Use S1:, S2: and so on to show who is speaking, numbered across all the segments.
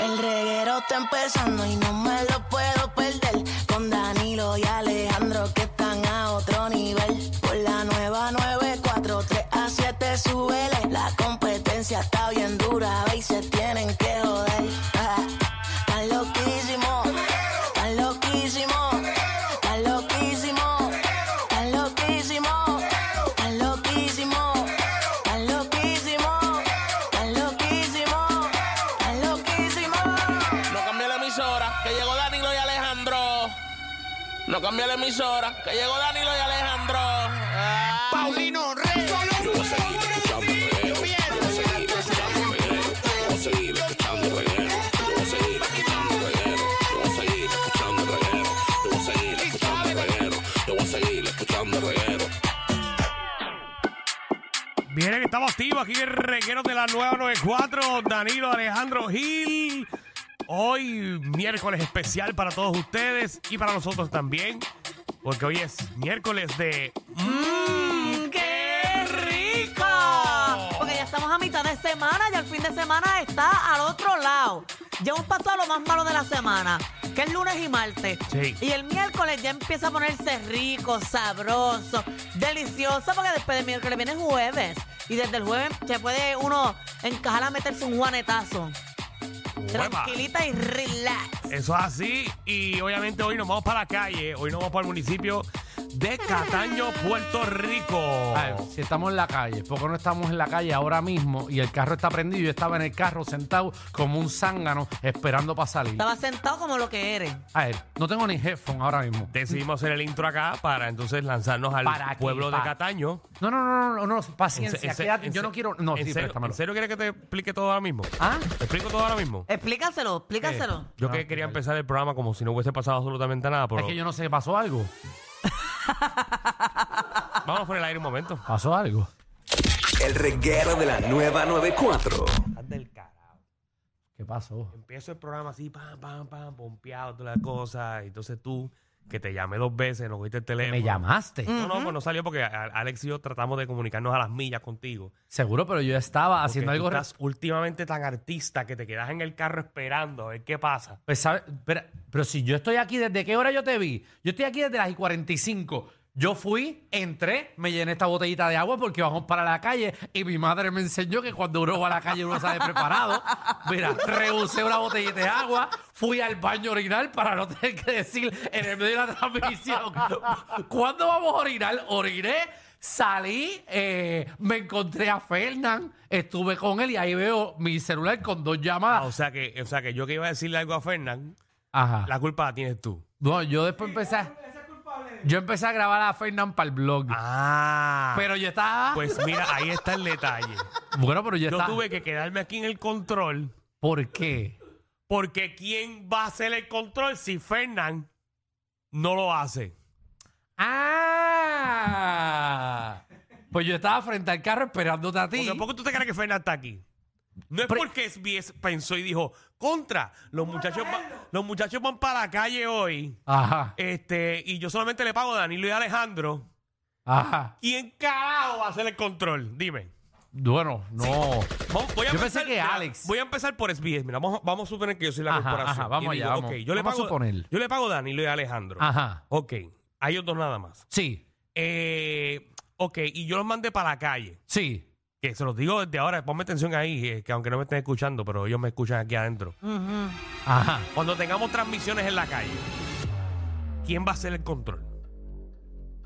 S1: El reguero está empezando y no me lo puedo perder. Con Danilo y Alejandro que están a otro nivel. Por la nueva 943 a 7 súbele. La competencia está bien dura, ve y se tienen que joder. Ah, Están loquísimos, están loquísimos, están loquísimos, están loquísimos, están loquísimos, están loquísimos, están loquísimos, están loquísimos.
S2: No cambie la emisora, que llegó Danilo y Alejandro. No cambie la emisora, que llegó Danilo y Alejandro. Ah.
S3: Paulino Rey. Yo voy a seguir escuchando reguero. Yo voy a seguir escuchando reguero. Yo voy a seguir escuchando reguero. Yo voy a seguir escuchando reguero. Yo voy a seguir escuchando reguero. Yo voy a seguir escuchando reguero. Yo voy a seguir escuchando reguero.
S4: Viene que estamos activos aquí en Reguero de la 994, Danilo Alejandro Gil. Hoy miércoles especial para todos ustedes y para nosotros también, porque hoy es miércoles de... ¡Mmm, qué rico!
S5: Porque ya estamos a mitad de semana, ya el fin de semana está al otro lado. Ya hemos pasado lo más malo de la semana, que es lunes y martes.
S4: Sí.
S5: Y el miércoles ya empieza a ponerse rico, sabroso, delicioso, porque después del miércoles viene jueves. Y desde el jueves se puede uno encajar a meterse un juanetazo.
S4: Hueva.
S5: Tranquilita y relax.
S4: Eso es así y obviamente hoy nos vamos para la calle, hoy nos vamos para el municipio de Cataño, Puerto Rico.
S6: Ay, si estamos en la calle, ¿por qué no estamos en la calle ahora mismo y el carro está prendido? Yo estaba en el carro sentado como un zángano esperando para salir.
S5: Estaba sentado como lo que eres.
S6: A ver, no tengo ni headphone ahora mismo.
S4: Decidimos hacer el intro acá para entonces lanzarnos al
S6: ¿Para qué?
S4: pueblo de
S6: Pa-
S4: Cataño.
S6: No, no, no, no, no, no,
S4: En se-
S6: paciencia,
S4: en se-
S6: quédate,
S4: en
S6: yo
S4: se-
S6: no quiero... No,
S4: ¿En,
S6: sí,
S4: serio,
S6: préstamelo.
S4: ¿En serio quieres que te explique todo ahora mismo?
S6: ¿Ah?
S4: ¿Te explico todo ahora mismo?
S5: Explícaselo, explícaselo.
S4: Yo que
S6: Ah,
S4: quería
S6: vale.
S4: empezar el programa como si no hubiese pasado absolutamente nada, pero
S6: Es que yo no sé, ¿pasó algo?
S4: vamos a poner el aire un momento.
S6: ¿Pasó algo?
S7: El reguero de la nueva 94.
S4: del carajo.
S6: ¿Qué pasó?
S4: Empiezo el programa así, pam, pam, pam, pompeado, todas las cosas. Y entonces tú, que te llamé dos veces, no cogiste el teléfono.
S6: ¿Me llamaste?
S4: No, no, pues no salió porque a- Alex y yo tratamos de comunicarnos a las millas contigo.
S6: Seguro, pero yo estaba
S4: Porque
S6: haciendo
S4: tú
S6: algo... re-
S4: estás últimamente tan artista que te quedas en el carro esperando a ver qué pasa.
S6: Pues, ¿sabe? Pero, pero si yo estoy aquí, ¿desde qué hora yo te vi? Yo estoy aquí desde las y 45. Yo fui, entré, me llené esta botellita de agua porque vamos para la calle y mi madre me enseñó que cuando uno va a la calle uno sale preparado. Mira, rehusé una botellita de agua, fui al baño a orinar para no tener que decir en el medio de la transmisión, ¿cuándo vamos a orinar? Oriné. Salí, eh, me encontré a Fernán, estuve con él y ahí veo mi celular con dos
S4: Ah,
S6: llamadas.
S4: o sea que, o sea que yo que iba a decirle algo a Fernán,
S6: Ajá.
S4: la culpa la tienes tú.
S6: No, yo después empecé. a- Yo empecé a grabar a Fernán para el blog.
S4: Ah.
S6: Pero yo estaba.
S4: Pues mira, ahí está el detalle.
S6: bueno, pero yo,
S4: Yo
S6: estaba.
S4: tuve que quedarme aquí en el control.
S6: ¿Por qué?
S4: Porque ¿quién va a hacer el control si Fernán no lo hace?
S6: ¡Ah! Pues yo estaba frente al carro esperándote a ti.
S4: Porque ¿Por qué tú te crees que Fernán está aquí? No es
S6: Pre-
S4: porque es- es- pensó y dijo, contra, los muchachos, van, los muchachos van para la calle hoy
S6: Ajá.
S4: este, y yo solamente le pago a Danilo y a Alejandro.
S6: Ajá.
S4: ¿Quién carajo va a hacer el control? Dime.
S6: Bueno, no.
S4: Vamos- voy a
S6: Yo
S4: empezar-
S6: pensé que
S4: mira,
S6: Alex.
S4: Voy a empezar por SBS. Mira, vamos, vamos a suponer que yo soy la
S6: Ajá,
S4: corporación.
S6: ajá, vamos
S4: Y
S6: allá, vamos.
S4: ok, yo le
S6: Vamos a
S4: pago,
S6: suponer. Ah.
S4: Yo le pago a Danilo y a Alejandro.
S6: Ajá.
S4: Ok, a ellos dos nada más.
S6: Sí,
S4: Eh, ok, y yo los mandé para la calle.
S6: sí.
S4: Que se los digo desde ahora, ponme atención ahí, eh, que aunque no me estén escuchando, pero ellos me escuchan aquí adentro.
S5: Ujú.
S6: Ajá.
S4: Cuando tengamos transmisiones en la calle, ¿quién va a hacer el control?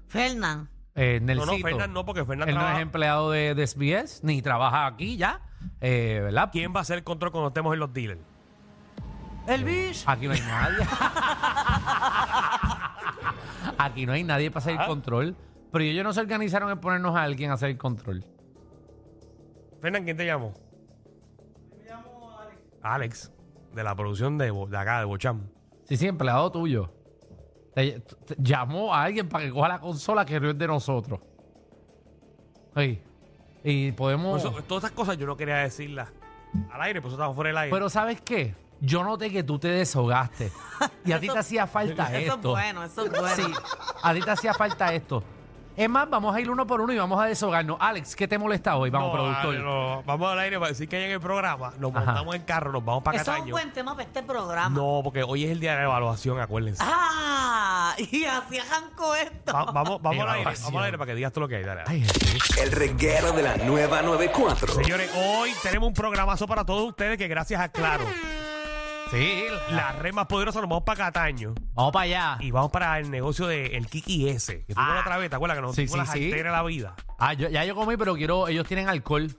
S5: Fernan.
S6: Eh,
S4: No, no,
S6: Nelsito.
S4: Fernán no, porque Fernán
S6: Él no
S4: trabaja.
S6: es empleado de, de SBS, ni trabaja aquí ya. Eh, ¿Verdad?
S4: ¿Quién va a hacer el control cuando estemos en los dealers?
S5: El bicho.
S6: Aquí no hay nadie. Aquí no hay nadie para
S4: Ah.
S6: hacer el control. Pero ellos no se organizaron en ponernos a alguien a hacer el control.
S4: Fernán, ¿quién te llamó? Me llamo Alex. Alex, de la producción de, Bo- de acá, de Bocham.
S6: Sí, sí, empleado tuyo. Te- te- llamó a alguien para que coja la consola que no es de nosotros. Sí. Y
S4: Por
S6: podemos.
S4: eso, todas estas cosas yo no quería decirlas al aire, por eso estaba fuera del aire.
S6: Pero ¿sabes qué? Yo noté que tú te desahogaste. Y a ti
S5: Eso-
S6: te hacía falta
S5: Eso es
S6: esto.
S5: bueno, eso es bueno.
S6: Sí, a ti te hacía falta esto. Es más, vamos a ir uno por uno y vamos a deshogarnos. Alex, ¿qué te molesta hoy? Vamos,
S4: No,
S6: productor.
S4: dale, no, Vamos al aire para decir que hay en el programa. Nos
S6: Ajá.
S4: montamos en carro, nos vamos para
S5: Eso es un
S4: Cataño.
S5: buen tema para este programa.
S4: No, porque hoy es el día de la evaluación, acuérdense.
S5: ¡Ah! Y así arrancó esto.
S4: Va- vamos vamos al aire,
S6: Evaluación.
S4: vamos al aire para que digas todo lo que hay. Dale.
S6: Ay, Jesús.
S7: El reguero de la nueva 94.
S4: Señores, hoy tenemos un programazo para todos ustedes que gracias a Claro,
S6: Sí, la-
S4: la red más poderosa, nos vamos para Cataño
S6: vamos para allá.
S4: y vamos para el negocio de el Kiki S. Que tuvo
S6: Ah.
S4: la otra vez, ¿te acuerdas? Que nos
S6: Sí,
S4: dimos
S6: sí,
S4: las
S6: sí.
S4: arterias de la vida.
S6: Ah, yo- ya yo comí, pero quiero, ellos tienen alcohol.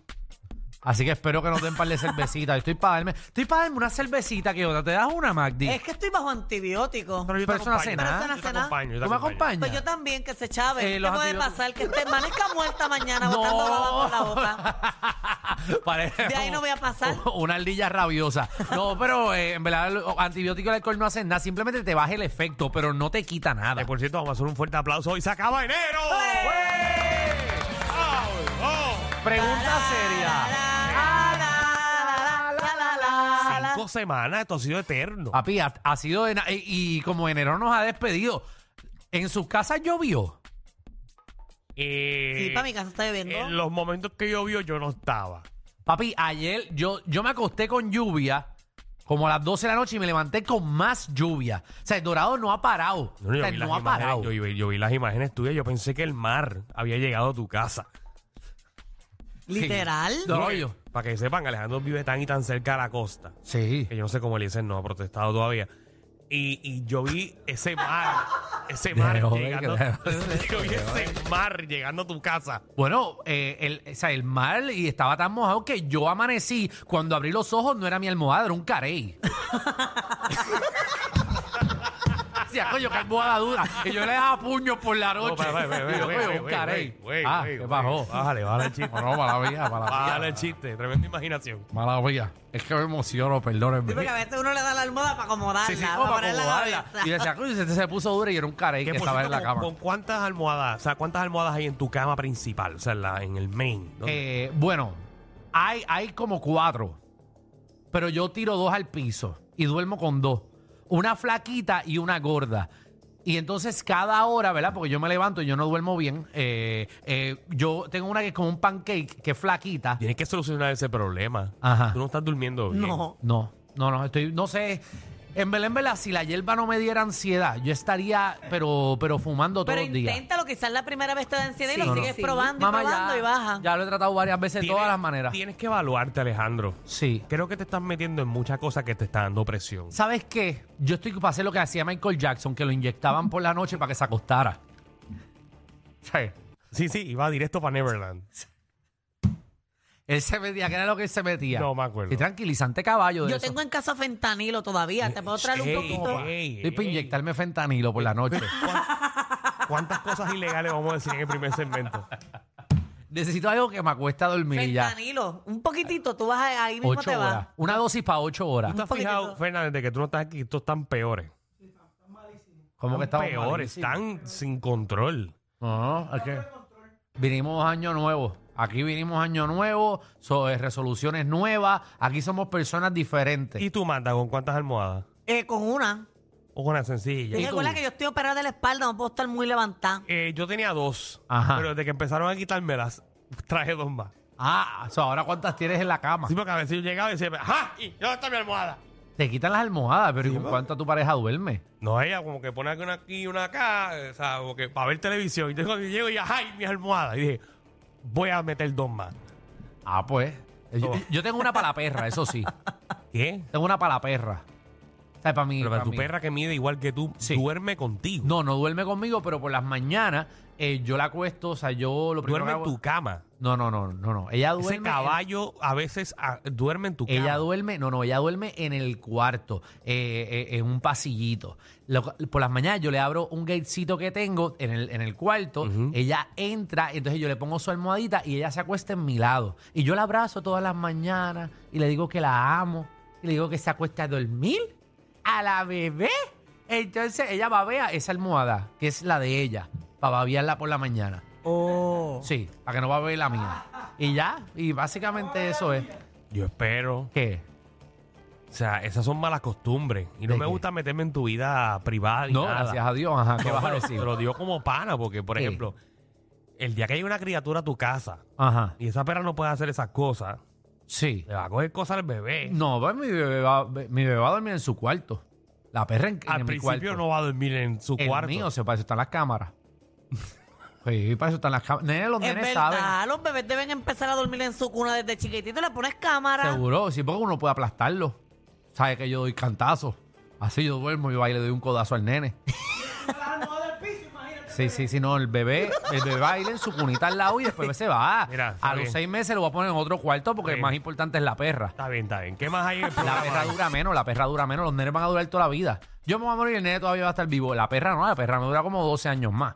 S6: Así que espero que nos den par de cervecitas. Estoy para darme, estoy para darme una cervecita que otra. ¿Te das una, Magdi?
S5: Es que estoy bajo antibióticos.
S4: Pero yo
S6: Pero
S4: te
S6: eso no
S4: acompaño. ¿eh?
S6: hace nada.
S5: Pero
S4: Yo
S5: eso
S4: te
S5: no hace nada.
S4: acompaño, yo te
S6: ¿Tú me
S4: acompaño.
S6: acompañas?
S5: Pues yo también, que se chave.
S6: Eh, los
S5: ¿Qué puede
S6: antibióticos.
S5: pasar? Que esté manezca muerta mañana botando la baba por la boca.
S6: Parece
S5: De ahí no voy a pasar.
S6: Una ardilla rabiosa. No, pero eh, en verdad, el antibiótico y el alcohol no hacen nada. Simplemente te baja el efecto, pero no te quita nada.
S4: Eh, por cierto, vamos a hacer un fuerte aplauso. Hoy se acaba enero. ¡Ey! ¡Ay, oh!
S6: Pregunta seria.
S5: La, la, la, la, la, la, la, la.
S4: Cinco semanas, esto ha sido eterno.
S6: Papi, ha, ha sido. ena- y, y como enero nos ha despedido, ¿en sus casas llovió?
S4: Eh,
S5: Sí, para mi casa está
S4: En
S6: Eh,
S5: lloviendo.
S4: los momentos que llovió, yo no estaba.
S6: Papi, ayer yo, yo me acosté con lluvia como a las 12 de la noche y me levanté con más lluvia. O sea, el Dorado no ha parado.
S4: No, no,
S6: O
S4: yo,
S6: sea,
S4: vi
S6: no
S4: las
S6: ha parado.
S4: imágenes, yo, vi- yo vi las imágenes tuyas, yo pensé que el mar había llegado a tu casa.
S5: Literal.
S6: No, no, yo-
S4: Para que sepan, Alejandro vive tan y tan cerca de la costa,
S6: Sí.
S4: que yo no sé cómo le dicen, no ha protestado todavía. Y, y yo vi ese mar, ese mar
S6: Dejo de
S4: llegando.
S6: que-
S4: Yo vi ese mar llegando a tu casa.
S6: Bueno, eh, el, o sea, el mar y estaba tan mojado que yo amanecí. Cuando abrí los ojos no era mi almohada, era un carey. Decía, coño, qué almohada dura. Y yo le dejaba puños por la
S4: No,
S6: noche.
S4: para, para, para,
S6: Y
S4: para,
S6: yo, coño,
S4: para,
S6: un
S4: para,
S6: carey.
S4: para, para,
S6: Ah,
S4: para,
S6: ¿qué
S4: para,
S6: bajó?
S4: Bájale, bájale el chiste.
S6: No, para la vida, para la
S4: Bájale el
S6: vida.
S4: chiste. Tremenda imaginación.
S6: Mala mía. Es que me emociono, perdónenme.
S5: Sí, porque a veces uno le da la almohada para acomodarla,
S6: Sí, sí,
S5: para,
S6: como para
S5: ponerla en la
S6: acomodarla.
S5: cabeza.
S6: Y decía, coño, este se puso duro y era un carey que
S4: Que, por
S6: estaba en
S4: cierto,
S6: la
S4: ¿con-
S6: cama.
S4: ¿Con cuántas almohadas? O sea, ¿cuántas almohadas hay en tu cama principal? O sea, en, la- en el main. ¿no?
S6: Eh, bueno, hay, hay como cuatro, pero yo tiro dos al piso y duermo con dos. Una flaquita y una gorda. Y entonces cada hora, ¿verdad? Porque yo me levanto y yo no duermo bien. eh, eh, yo tengo una que es como un pancake, que es flaquita.
S4: Tienes que solucionar ese problema.
S6: Ajá.
S4: Tú no estás durmiendo bien.
S5: No.
S6: No, no, no, estoy, no sé. En Belén, ¿verdad? Si la hierba no me diera ansiedad, yo estaría, pero, pero fumando
S5: Pero
S6: todos los días.
S5: inténtalo, quizás la primera vez te da ansiedad y
S6: No,
S5: lo
S6: no.
S5: sigues probando
S6: Mamá,
S5: y probando
S6: ya,
S5: y baja.
S6: ya lo he tratado varias veces de
S4: Tienes-
S6: todas las maneras.
S4: Tienes que evaluarte, Alejandro.
S6: Sí.
S4: Creo que te estás metiendo en muchas cosas que te está dando presión.
S6: ¿Sabes qué? Yo estoy para hacer lo que hacía Michael Jackson, que lo inyectaban por la noche para que se acostara. Sí.
S4: Sí, sí, iba directo para Neverland.
S6: Él se metía, ¿qué era lo que él se metía?
S4: No me acuerdo.
S6: Y tranquilizante caballo de
S5: Yo
S6: eso.
S5: tengo en casa fentanilo todavía, te puedo traer un
S4: Ey,
S5: poquito.
S4: ey,
S6: Estoy para
S4: ey.
S6: inyectarme fentanilo por la noche.
S4: ¿Cuántas cosas ilegales vamos a decir en el primer segmento?
S6: Necesito algo que me acuesta dormir y ya.
S5: Fentanilo, un poquitito, tú vas a- ahí mismo
S6: Ocho
S5: te
S6: horas.
S5: vas.
S6: Una dosis para ocho horas.
S4: ¿Tú te has
S5: poquitito.
S4: fijado, Fernández, de que tú no estás aquí? Estos están peores.
S6: Como que estamos
S4: peores,
S6: malísimos.
S4: están sin control.
S6: No, es que vinimos año nuevo. Aquí vinimos año nuevo, so- eh, resoluciones nuevas. Aquí somos personas diferentes.
S4: ¿Y tú, Manda, con cuántas almohadas?
S5: Eh, con una.
S4: O con la sencilla.
S5: Y recuerda que yo estoy operada de la espalda, no puedo estar muy levantada.
S4: Eh, yo tenía dos,
S6: Ajá.
S4: pero desde que empezaron a quitármelas, traje dos más.
S6: Ah, so, ahora cuántas tienes en la cama.
S4: Sí, porque a veces yo llegaba y decía, ¡ajá! ¿Y dónde está mi almohada?
S6: Te quitan las almohadas, pero ¿y con cuánto tu pareja duerme?
S4: No, ella como que pone aquí una aquí y una acá, eh, o sea, como que para ver televisión. Y yo cuando llego y ¡ajá! Y mi almohada. Y dije, voy a meter dos más.
S6: Ah, pues. Yo,
S4: Toma.
S6: yo tengo una para la perra, eso sí.
S4: ¿Qué?
S6: Tengo una para la perra. O sea, para mí.
S4: Pero para
S6: pa'
S4: tu
S6: mí.
S4: perra que mide igual que tú,
S6: Sí.
S4: duerme contigo.
S6: No, no duerme conmigo, pero por las mañanas eh, yo la acuesto, o sea, yo lo primero
S4: duerme
S6: que
S4: en
S6: hago-
S4: tu cama.
S6: No, no, no, no, no. Ella duerme.
S4: Ese
S6: en-
S4: caballo a veces ah, duerme en tu cama.
S6: Ella duerme, no, no, ella duerme en el cuarto, eh, eh, en un pasillito. Lo- por las mañanas yo le abro un gatecito que tengo en el, en el cuarto, ella entra, entonces yo le pongo su almohadita y ella se acuesta en mi lado. Y yo la abrazo todas las mañanas y le digo que la amo, y le digo que se acuesta a dormir a la bebé. Entonces ella babea esa almohada, que es la de ella, para babearla por la mañana.
S5: Oh.
S6: Sí, para que no babee la mía. Y ya, y básicamente eso es.
S4: Yo espero.
S6: ¿Qué?
S4: O sea, esas son malas costumbres. Y no
S6: ¿De
S4: me
S6: qué?
S4: gusta meterme en tu vida privada. ni
S6: No,
S4: nada.
S6: gracias a Dios, ajá, ¿qué
S4: No,
S6: vas a
S4: pero
S6: decir?
S4: Te lo digo como pana, porque, por
S6: ¿Qué?
S4: ejemplo, el día que hay una criatura a tu casa
S6: Ajá.
S4: y esa perra no puede hacer esas cosas,
S6: Sí.
S4: le va a coger cosas al bebé.
S6: No, pues mi bebé, va, mi bebé va a dormir en su cuarto. La perra en, en
S4: al
S6: mi
S4: principio
S6: cuarto.
S4: no va a dormir en su
S6: El
S4: cuarto.
S6: mío, se parece, están las cámaras. sí, para eso están las cámaras. Nene, los
S5: Es
S6: nenes
S5: verdad,
S6: saben.
S5: los bebés deben empezar a dormir en su cuna desde chiquitito. Le pones cámara.
S6: Seguro, sí, porque uno puede aplastarlo. Sabe que yo doy cantazo. Así yo duermo y va y le doy un codazo al nene. Sí, sí, sí, no, el bebé, el bebé va a ir en su cunita al lado y después se va.
S4: Mira, está
S6: a los
S4: bien.
S6: seis meses lo va a poner en otro cuarto porque
S4: Bien.
S6: más importante es la perra.
S4: Está bien, está bien. ¿Qué más hay en el
S6: La perra
S4: programa?
S6: dura menos, la perra dura menos, los nenes van a durar toda la vida. Yo me voy a morir y el nene todavía va a estar vivo. La perra no, la perra me dura como 12 años más.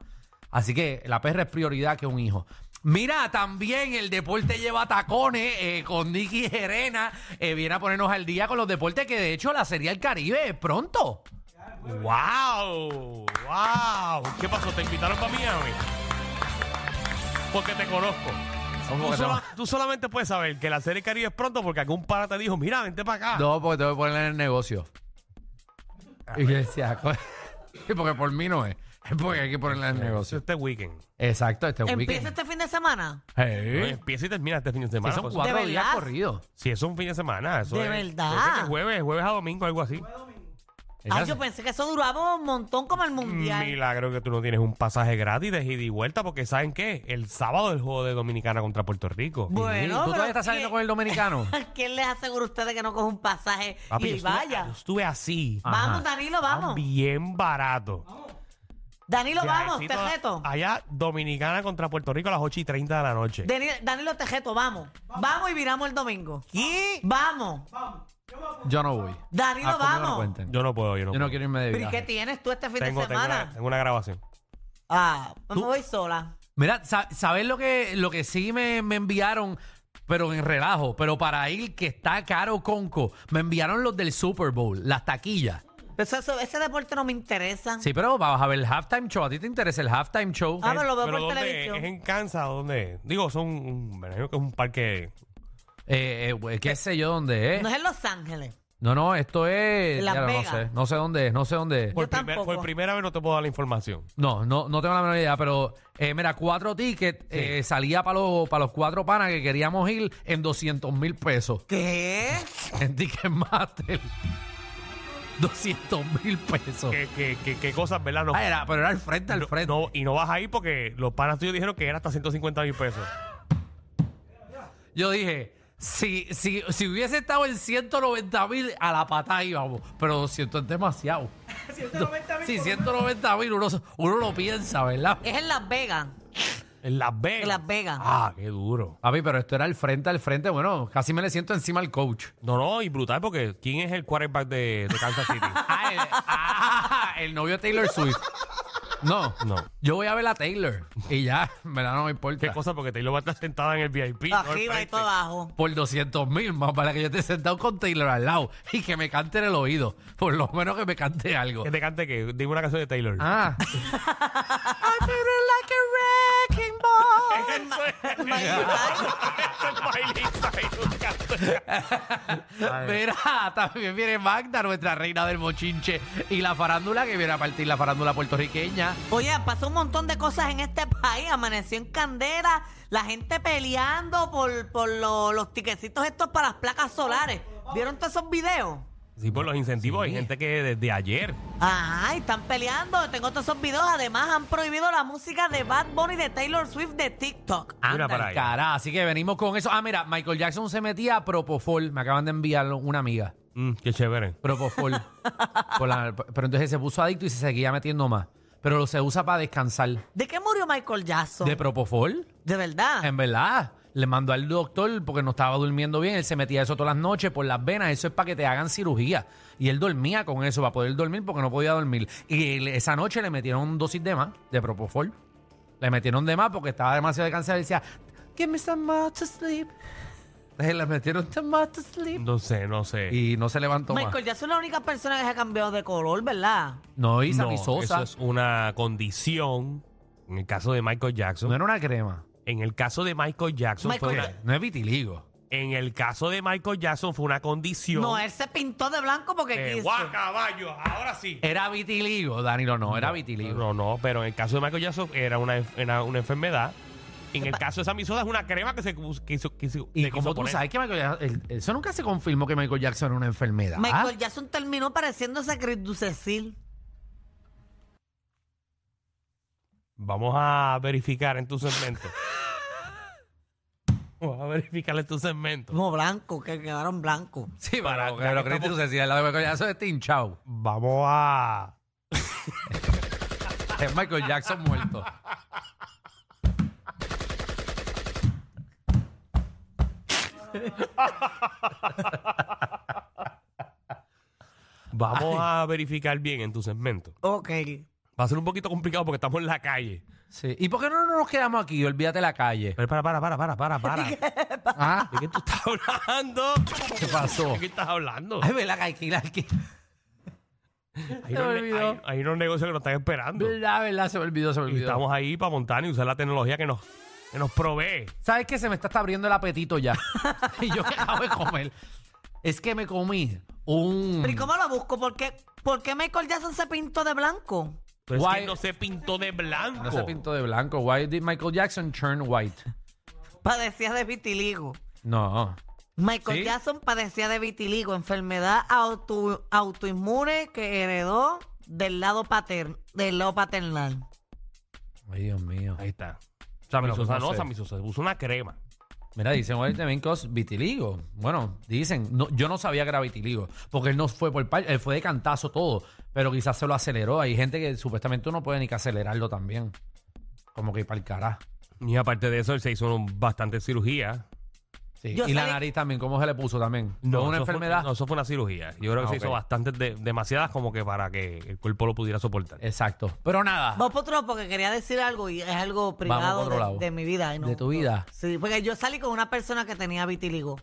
S6: Así que la perra es prioridad que un hijo. Mira, también el deporte lleva tacones eh, con Nicky Gerena. eh, viene a ponernos al día con los deportes que de hecho la Serie del Caribe es pronto.
S4: ¡Wow! ¡Wow! ¿Qué pasó? ¿Te invitaron para Miami? Porque te conozco.
S6: ¿Cómo
S4: Tú,
S6: que
S4: sola- tú solamente puedes saber que la serie Caribe es pronto porque algún pana te dijo, mira, vente para acá.
S6: No, porque te voy a poner en el negocio. Y yo decía, "Co- porque por mí no es. Es porque hay que ponerla en el
S4: Eso
S6: negocio.
S4: es este weekend.
S6: Exacto, este
S5: Empieza
S6: weekend.
S5: este fin de semana.
S4: No,
S6: Hey.
S4: empieza y termina este fin de semana.
S6: Sí, son
S4: pues.
S6: cuatro
S5: ¿De
S6: días
S5: verdad?
S6: corridos.
S4: Si es un fin de semana, eso
S5: De
S4: es-
S5: verdad.
S4: yo creo que jueves, jueves a domingo, algo así.
S5: Ay, yo pensé que eso duraba un montón como el mundial.
S4: Milagro que tú no tienes un pasaje gratis de ida y vuelta, porque ¿saben qué? El sábado el juego de Dominicana contra Puerto Rico.
S6: Sí,
S5: Bueno,
S6: ¿Tú
S5: pero
S6: todavía estás saliendo
S5: ¿quién-
S6: con el dominicano?
S5: ¿Quién les asegura a ustedes que no coge un pasaje
S4: Papi, yo
S5: y
S4: estuve-
S5: vaya?
S4: yo estuve así.
S6: Ah,
S5: Vamos, Danilo, vamos.
S4: Bien barato.
S5: Danilo, vamos,
S4: Viajecito
S5: te reto.
S4: Allá, Dominicana contra Puerto Rico a las 8 y 30 de la noche.
S5: Danilo, Danilo Tejeto, vamos. Vamos y viramos el domingo. ¿Qué? Vamos.
S6: Yo no voy.
S5: Danilo,
S6: Ah, conmigo no
S5: vamos.
S6: cuenten.
S4: Yo no puedo, yo no
S6: Yo no
S4: puedo.
S6: quiero irme de
S5: ¿Pero y qué
S6: viaje.
S5: tienes tú este fin
S4: Tengo,
S5: de
S4: tengo
S5: semana?
S4: una, tengo una grabación.
S5: Ah, me voy sola.
S6: Mira, sa- ¿sabes lo que, lo que sí me, me enviaron? Pero en relajo, pero para ir que está caro conco. Me enviaron los del Super Bowl, las taquillas.
S5: Eso- Pues eso- ese deporte no me interesa.
S6: Sí, pero vas a ver el halftime show. ¿A ti te interesa el halftime show?
S5: Ah, pero lo veo por
S4: ¿dónde?
S5: televisión.
S4: ¿Es en Kansas? ¿Dónde? es? Digo, son un, me imagino que es un parque.
S6: Eh, eh, güey, qué sé yo
S4: pues.
S6: dónde es.
S5: No es en Los Ángeles.
S6: No, no, esto es.
S5: En Las
S6: ya no, no
S5: Vegas.
S6: sé, no sé dónde es, no sé dónde es.
S4: Por,
S5: Yo
S4: primer-
S5: tampoco.
S4: por primera vez no te puedo dar la información.
S6: No, no, no tengo la menor idea, pero eh, mira, cuatro tickets eh, salía para los, para los cuatro panas que queríamos ir en 200 mil pesos
S5: ¿Qué?
S6: en Ticketmaster. 200 mil pesos.
S4: ¿Qué, qué, qué- qué cosas, verdad? No,
S6: Ah, era, pero era al frente, al
S4: no-
S6: frente.
S4: no- y no vas ahí porque los panas tuyos dijeron que era hasta 150 mil pesos.
S6: Yo dije, si, si, si hubiese estado en 190 mil, a la patada íbamos, pero 200 es demasiado. 190 mil. Sí, 190 mil, uno, uno lo piensa, ¿verdad?
S5: Es en Las Vegas.
S4: En Las Vegas.
S5: En Las Vegas.
S4: Ah, qué duro.
S6: Papi, pero esto era al frente, al frente. Bueno, casi me le siento encima al coach.
S4: No, no, y brutal porque ¿quién es el quarterback de, de Kansas City?
S6: Ah, el, ah, el novio de Taylor Swift. No,
S4: No.
S6: Yo voy a ver a Taylor y ya, en verdad no me
S4: ¿Qué
S6: importa.
S4: cosa? Porque Taylor va a estar sentada en el VIP. no al
S5: Arriba y
S4: frente.
S5: todo abajo.
S6: Por 200 mil más para que yo esté sentado con Taylor al lado y que me cante en el oído. Por lo menos que me cante algo.
S4: Que te cante que dime una canción de Taylor.
S6: Ah. I feel like a wrecking ball.
S4: Eso es- Eso es Miley Cyrus cantando.
S6: Mira, también viene Magda, nuestra reina del mochinche, y la farándula que viene a partir la farándula puertorriqueña.
S5: Oye, pasó un montón de cosas en este país. Amaneció en candela, la gente peleando por, por lo- los tiquecitos estos para las placas solares. ¿Vieron todos esos videos?
S4: Sí, por los incentivos. Hay gente que desde ayer.
S5: Ajá, están peleando. Tengo todos esos videos. Además, han prohibido la música de Bad Bunny de Taylor Swift de TikTok.
S4: Mira
S6: Anda
S4: para
S6: el
S4: ahí.
S6: cara, así que venimos con eso. Ah, mira, Michael Jackson se metía a Propofol, me acaban de enviar una amiga,
S4: Mm, qué chévere.
S6: Propofol. Por la- pero entonces se puso adicto y se seguía metiendo más. Pero lo se usa para descansar.
S5: ¿De qué murió Michael Jackson?
S6: ¿De Em, Propofol?
S5: ¿De verdad.
S4: Ah.
S6: En verdad, le mandó al doctor porque no estaba durmiendo bien, él se metía eso todas las noches por las venas, eso es para que te hagan cirugía. Y él dormía con eso, para poder dormir porque no podía dormir. Y él- esa noche le metieron dosis de más, de Propofol. Le metieron de más porque estaba demasiado descansado y decía, give me some more to sleep. Entonces Le metieron some more to sleep.
S4: No sé, no sé.
S6: Y no se levantó más.
S5: Michael Jackson es la única persona que se ha cambiado de color, ¿verdad?
S6: No, y
S4: No,
S6: Sammy Sosa.
S4: eso es una condición. En el caso de Michael Jackson.
S6: No era una crema.
S4: En el caso de Michael Jackson fue
S5: Michael
S4: una-
S5: Ja-
S6: No es vitiligo.
S4: En el caso de Michael Jackson fue una condición.
S5: No, él se pintó de blanco porque
S4: Eh,
S5: quiso.
S4: guau, caballo, ahora sí.
S6: Era vitiligo, Danilo, no, era vitiligo.
S4: No, no, pero en el caso de Michael Jackson era una, enf- era una enfermedad En el caso de Sammy Sosa es una crema que se pus- que hizo- que se-
S6: Y
S4: se
S6: como
S4: quiso
S6: tú
S4: poner.
S6: sabes que Michael Jackson- el- eso nunca se confirmó que Michael Jackson era una enfermedad.
S5: Michael Jackson terminó pareciéndose a Chris Ducecil.
S4: Vamos a verificar en tu segmento. Vamos a verificar en tu segmento.
S5: Como blanco, que quedaron blancos.
S6: Sí,
S4: Para-
S6: para,
S4: ya
S6: pero
S4: que
S6: Cristo
S4: estamos-
S6: se decía, lado de Michael Jackson es Tim Chao.
S4: Vamos a.
S6: Es Michael Jackson muerto.
S4: Vamos a verificar bien en tu segmento.
S5: Ok.
S4: Va a ser un poquito complicado porque estamos en la calle.
S6: Sí. ¿Y por qué no nos quedamos aquí? Olvídate la calle.
S4: Pero para, para, para, para, para, para. ¿De
S6: ¿Ah?
S4: qué tú estás hablando?
S6: ¿Qué pasó?
S4: ¿De qué estás hablando?
S6: Ay, ¿verdad que hay que ir aquí?
S4: Hay
S6: se me
S4: unos, ne-
S6: olvidó.
S4: hay- hay unos negocios que nos están esperando.
S6: ¿Verdad, verdad? Se me olvidó, se me
S4: Y
S6: olvidó.
S4: estamos ahí para montar y usar la tecnología que nos, que nos provee.
S6: ¿Sabes qué? Se me está, hasta abriendo el apetito ya. y yo que acabo de comer. Es que me comí un...
S5: ¿Pero y cómo lo busco? ¿Por qué, por qué Michael Jackson se pintó de blanco?
S4: Pero es
S6: Guay.
S4: que no se pintó de blanco.
S6: No se pintó de blanco. Why did Michael Jackson turn white?
S5: Padecía de vitiligo.
S6: No.
S5: Michael
S6: ¿Sí?
S5: Jackson padecía de vitiligo, enfermedad auto- autoinmune que heredó del lado, pater- del lado paternal.
S6: Ay, Dios mío.
S4: Ahí está.
S6: Sammy
S4: Sammy Sosa
S6: Sosa
S4: no,
S6: sé.
S4: Sammy Sosa. Se puso una crema.
S6: Mira, dicen Walter Mencos vitiligo. Bueno, dicen, no, yo no sabía que era vitiligo, porque él no fue por par- él fue de cantazo todo, pero quizás se lo aceleró. Hay gente que supuestamente uno puede ni que acelerarlo también. Como que para el cará.
S4: Y aparte de eso, él se hizo un- bastante cirugía.
S6: Sí.
S5: Yo
S6: Y la
S5: sabía-
S6: nariz también, ¿cómo se le puso también? No, una
S4: eso fue-
S6: enfermedad.
S4: no, eso fue una cirugía. Yo creo que
S6: Ah,
S4: se
S6: ok.
S4: hizo bastantes, de- demasiadas como que para que el cuerpo lo pudiera soportar.
S6: Exacto. Pero nada.
S5: Vos otro porque quería decir algo y es algo privado
S6: Ah. otro lado.
S5: de, de mi vida. y no-
S6: De tu vida.
S5: Sí, porque yo salí con una persona que tenía vitiligo.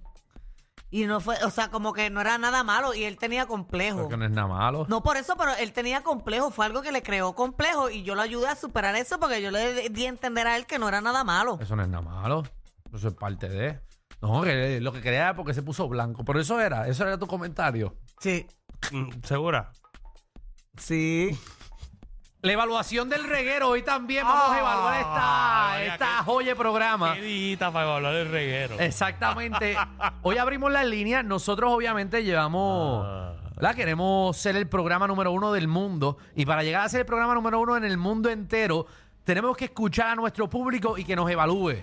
S5: Y no fue, o sea, como que no era nada malo y él tenía complejo.
S6: Porque no es nada malo.
S5: No por eso, pero él tenía complejo, fue algo que le creó complejo y yo lo ayudé a superar eso porque yo le di a entender a él que no era nada malo.
S6: Eso no es nada malo. Eso es parte de. No, que lo que quería era porque se puso blanco. Pero eso era, eso era tu comentario.
S5: Sí.
S4: Mm, ¿Segura?
S5: Sí.
S6: La evaluación del reguero. Hoy también vamos a
S4: Ah,
S6: evaluar esta,
S4: mira,
S6: esta
S4: qué-
S6: joya de programa.
S4: Qué dita para hablar del reguero.
S6: Exactamente. Hoy abrimos las líneas. Nosotros obviamente llevamos...
S4: Ah.
S6: ¿verdad? Queremos ser el programa número uno del mundo. Y para llegar a ser el programa número uno en el mundo entero, tenemos que escuchar a nuestro público y que nos evalúe.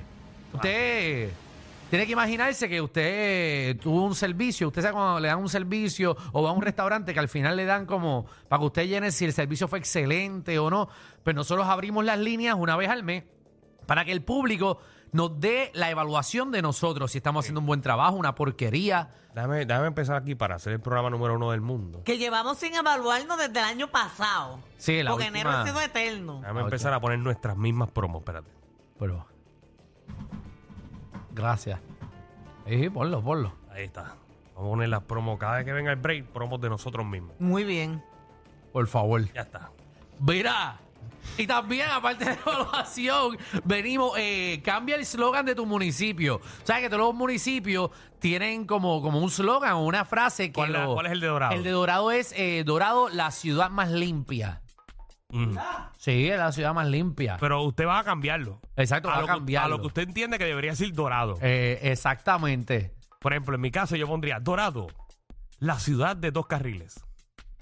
S6: Usted tiene que imaginarse que usted tuvo un servicio. Usted sabe cuando le dan un servicio o va a un restaurante que al final le dan como para que usted llene si el servicio fue excelente o no. Pero nosotros abrimos las líneas una vez al mes para que el público nos dé la evaluación de nosotros, si estamos haciendo un buen trabajo, una porquería.
S4: Déjame, déjame empezar aquí para hacer el programa número uno del mundo.
S5: Que llevamos sin evaluarnos desde el año pasado.
S6: Sí, la
S5: Porque enero
S6: última-
S5: ha sido eterno.
S6: Ah,
S4: Déjame empezar a poner nuestras mismas promos. Espérate.
S6: Pero. Gracias. Sí, ponlo, ponlo.
S4: Ahí está. Vamos a poner las promos. Cada vez que venga el break, promos de nosotros mismos.
S5: Muy bien.
S6: Por favor.
S4: Ya está.
S6: Mira. Y también, aparte de la evaluación, venimos, eh, cambia el slogan de tu municipio. Sabes que todos los municipios tienen como, como un slogan o una frase que.
S4: ¿Cuál, la-
S6: lo-
S4: cuál es el de Dorado?
S6: El de Dorado es eh, Dorado, la ciudad más limpia.
S4: Mm.
S6: Sí, es la ciudad más limpia.
S4: Pero usted va a cambiarlo.
S6: Exacto, va
S4: a,
S6: a
S4: lo que- a
S6: cambiarlo.
S4: lo que usted entiende que debería decir Dorado.
S6: Eh, exactamente.
S4: Por ejemplo, en mi caso yo pondría Dorado, la ciudad de dos carriles.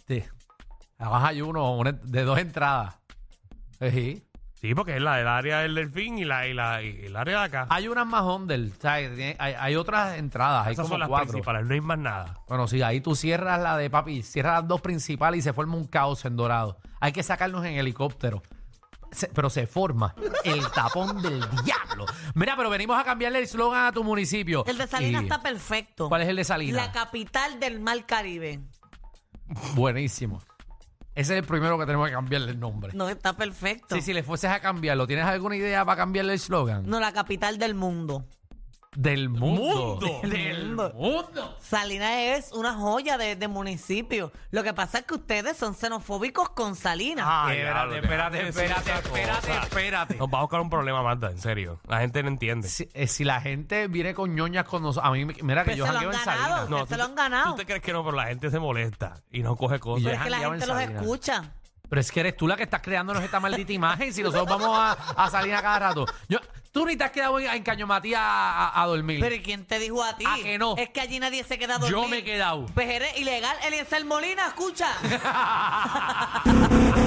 S6: Sí. Abajo hay uno, una- de dos entradas. Eh, Sí.
S4: Sí, porque es la del área del delfín y la, y la y el área de acá.
S6: Hay unas más under, ¿sabes? Tiene- Hay, hay otras entradas, hay
S4: Esas
S6: como
S4: son las
S6: cuatro.
S4: principales, no hay más nada.
S6: Bueno, sí, ahí tú cierras la de papi, cierras las dos principales y se forma un caos en dorado. Hay que sacarnos en helicóptero. Se- pero se forma el tapón del diablo. Mira, pero venimos a cambiarle el slogan a tu municipio.
S5: El de Salinas
S6: Y-
S5: está perfecto.
S6: ¿Cuál es el de Salinas?
S5: La capital del Mar Caribe.
S6: Buenísimo. Ese es el primero que tenemos que cambiarle el nombre.
S5: No, está perfecto.
S6: Sí, si le fueses a cambiarlo, ¿tienes alguna idea para cambiarle el slogan?
S5: No, la capital del mundo.
S6: Del mundo.
S4: ¡Mundo!
S6: Del mundo.
S5: Salinas es una joya de, de municipio. Lo que pasa es que ustedes son xenofóbicos con Salinas.
S4: Ah,
S6: Espérate, espérate, espérate, espérate, espérate.
S4: Nos va a buscar un problema, Marta, en serio. La gente no entiende.
S6: Si, eh, si la gente viene con ñoñas con nosotros, a mí, me- mira que
S5: Pues
S6: yo
S5: se lo
S6: jangueo en
S5: han ganado.
S6: Salinas.
S5: No, se
S4: tú
S5: lo
S4: te-
S5: han ganado.
S4: ¿Tú te crees que no? Pero la gente se molesta y no coge cosas.
S6: yo
S5: Pero es que la
S6: jangueaba en
S5: gente los
S6: Salinas.
S5: escucha.
S6: Pero es que eres tú la que estás creándonos esta maldita imagen si nosotros vamos a, a Salinas cada rato. Yo, Tú ni te has quedado en, en Caño Matías a, a- a dormir.
S5: Pero ¿y quién te dijo a ti?
S6: ¿A Ah, que no?
S5: Es que allí nadie se queda
S6: Yo
S5: dormido.
S6: me he quedado.
S5: Pues eres ilegal, Eliezer Molina, escucha.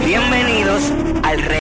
S1: Bienvenidos al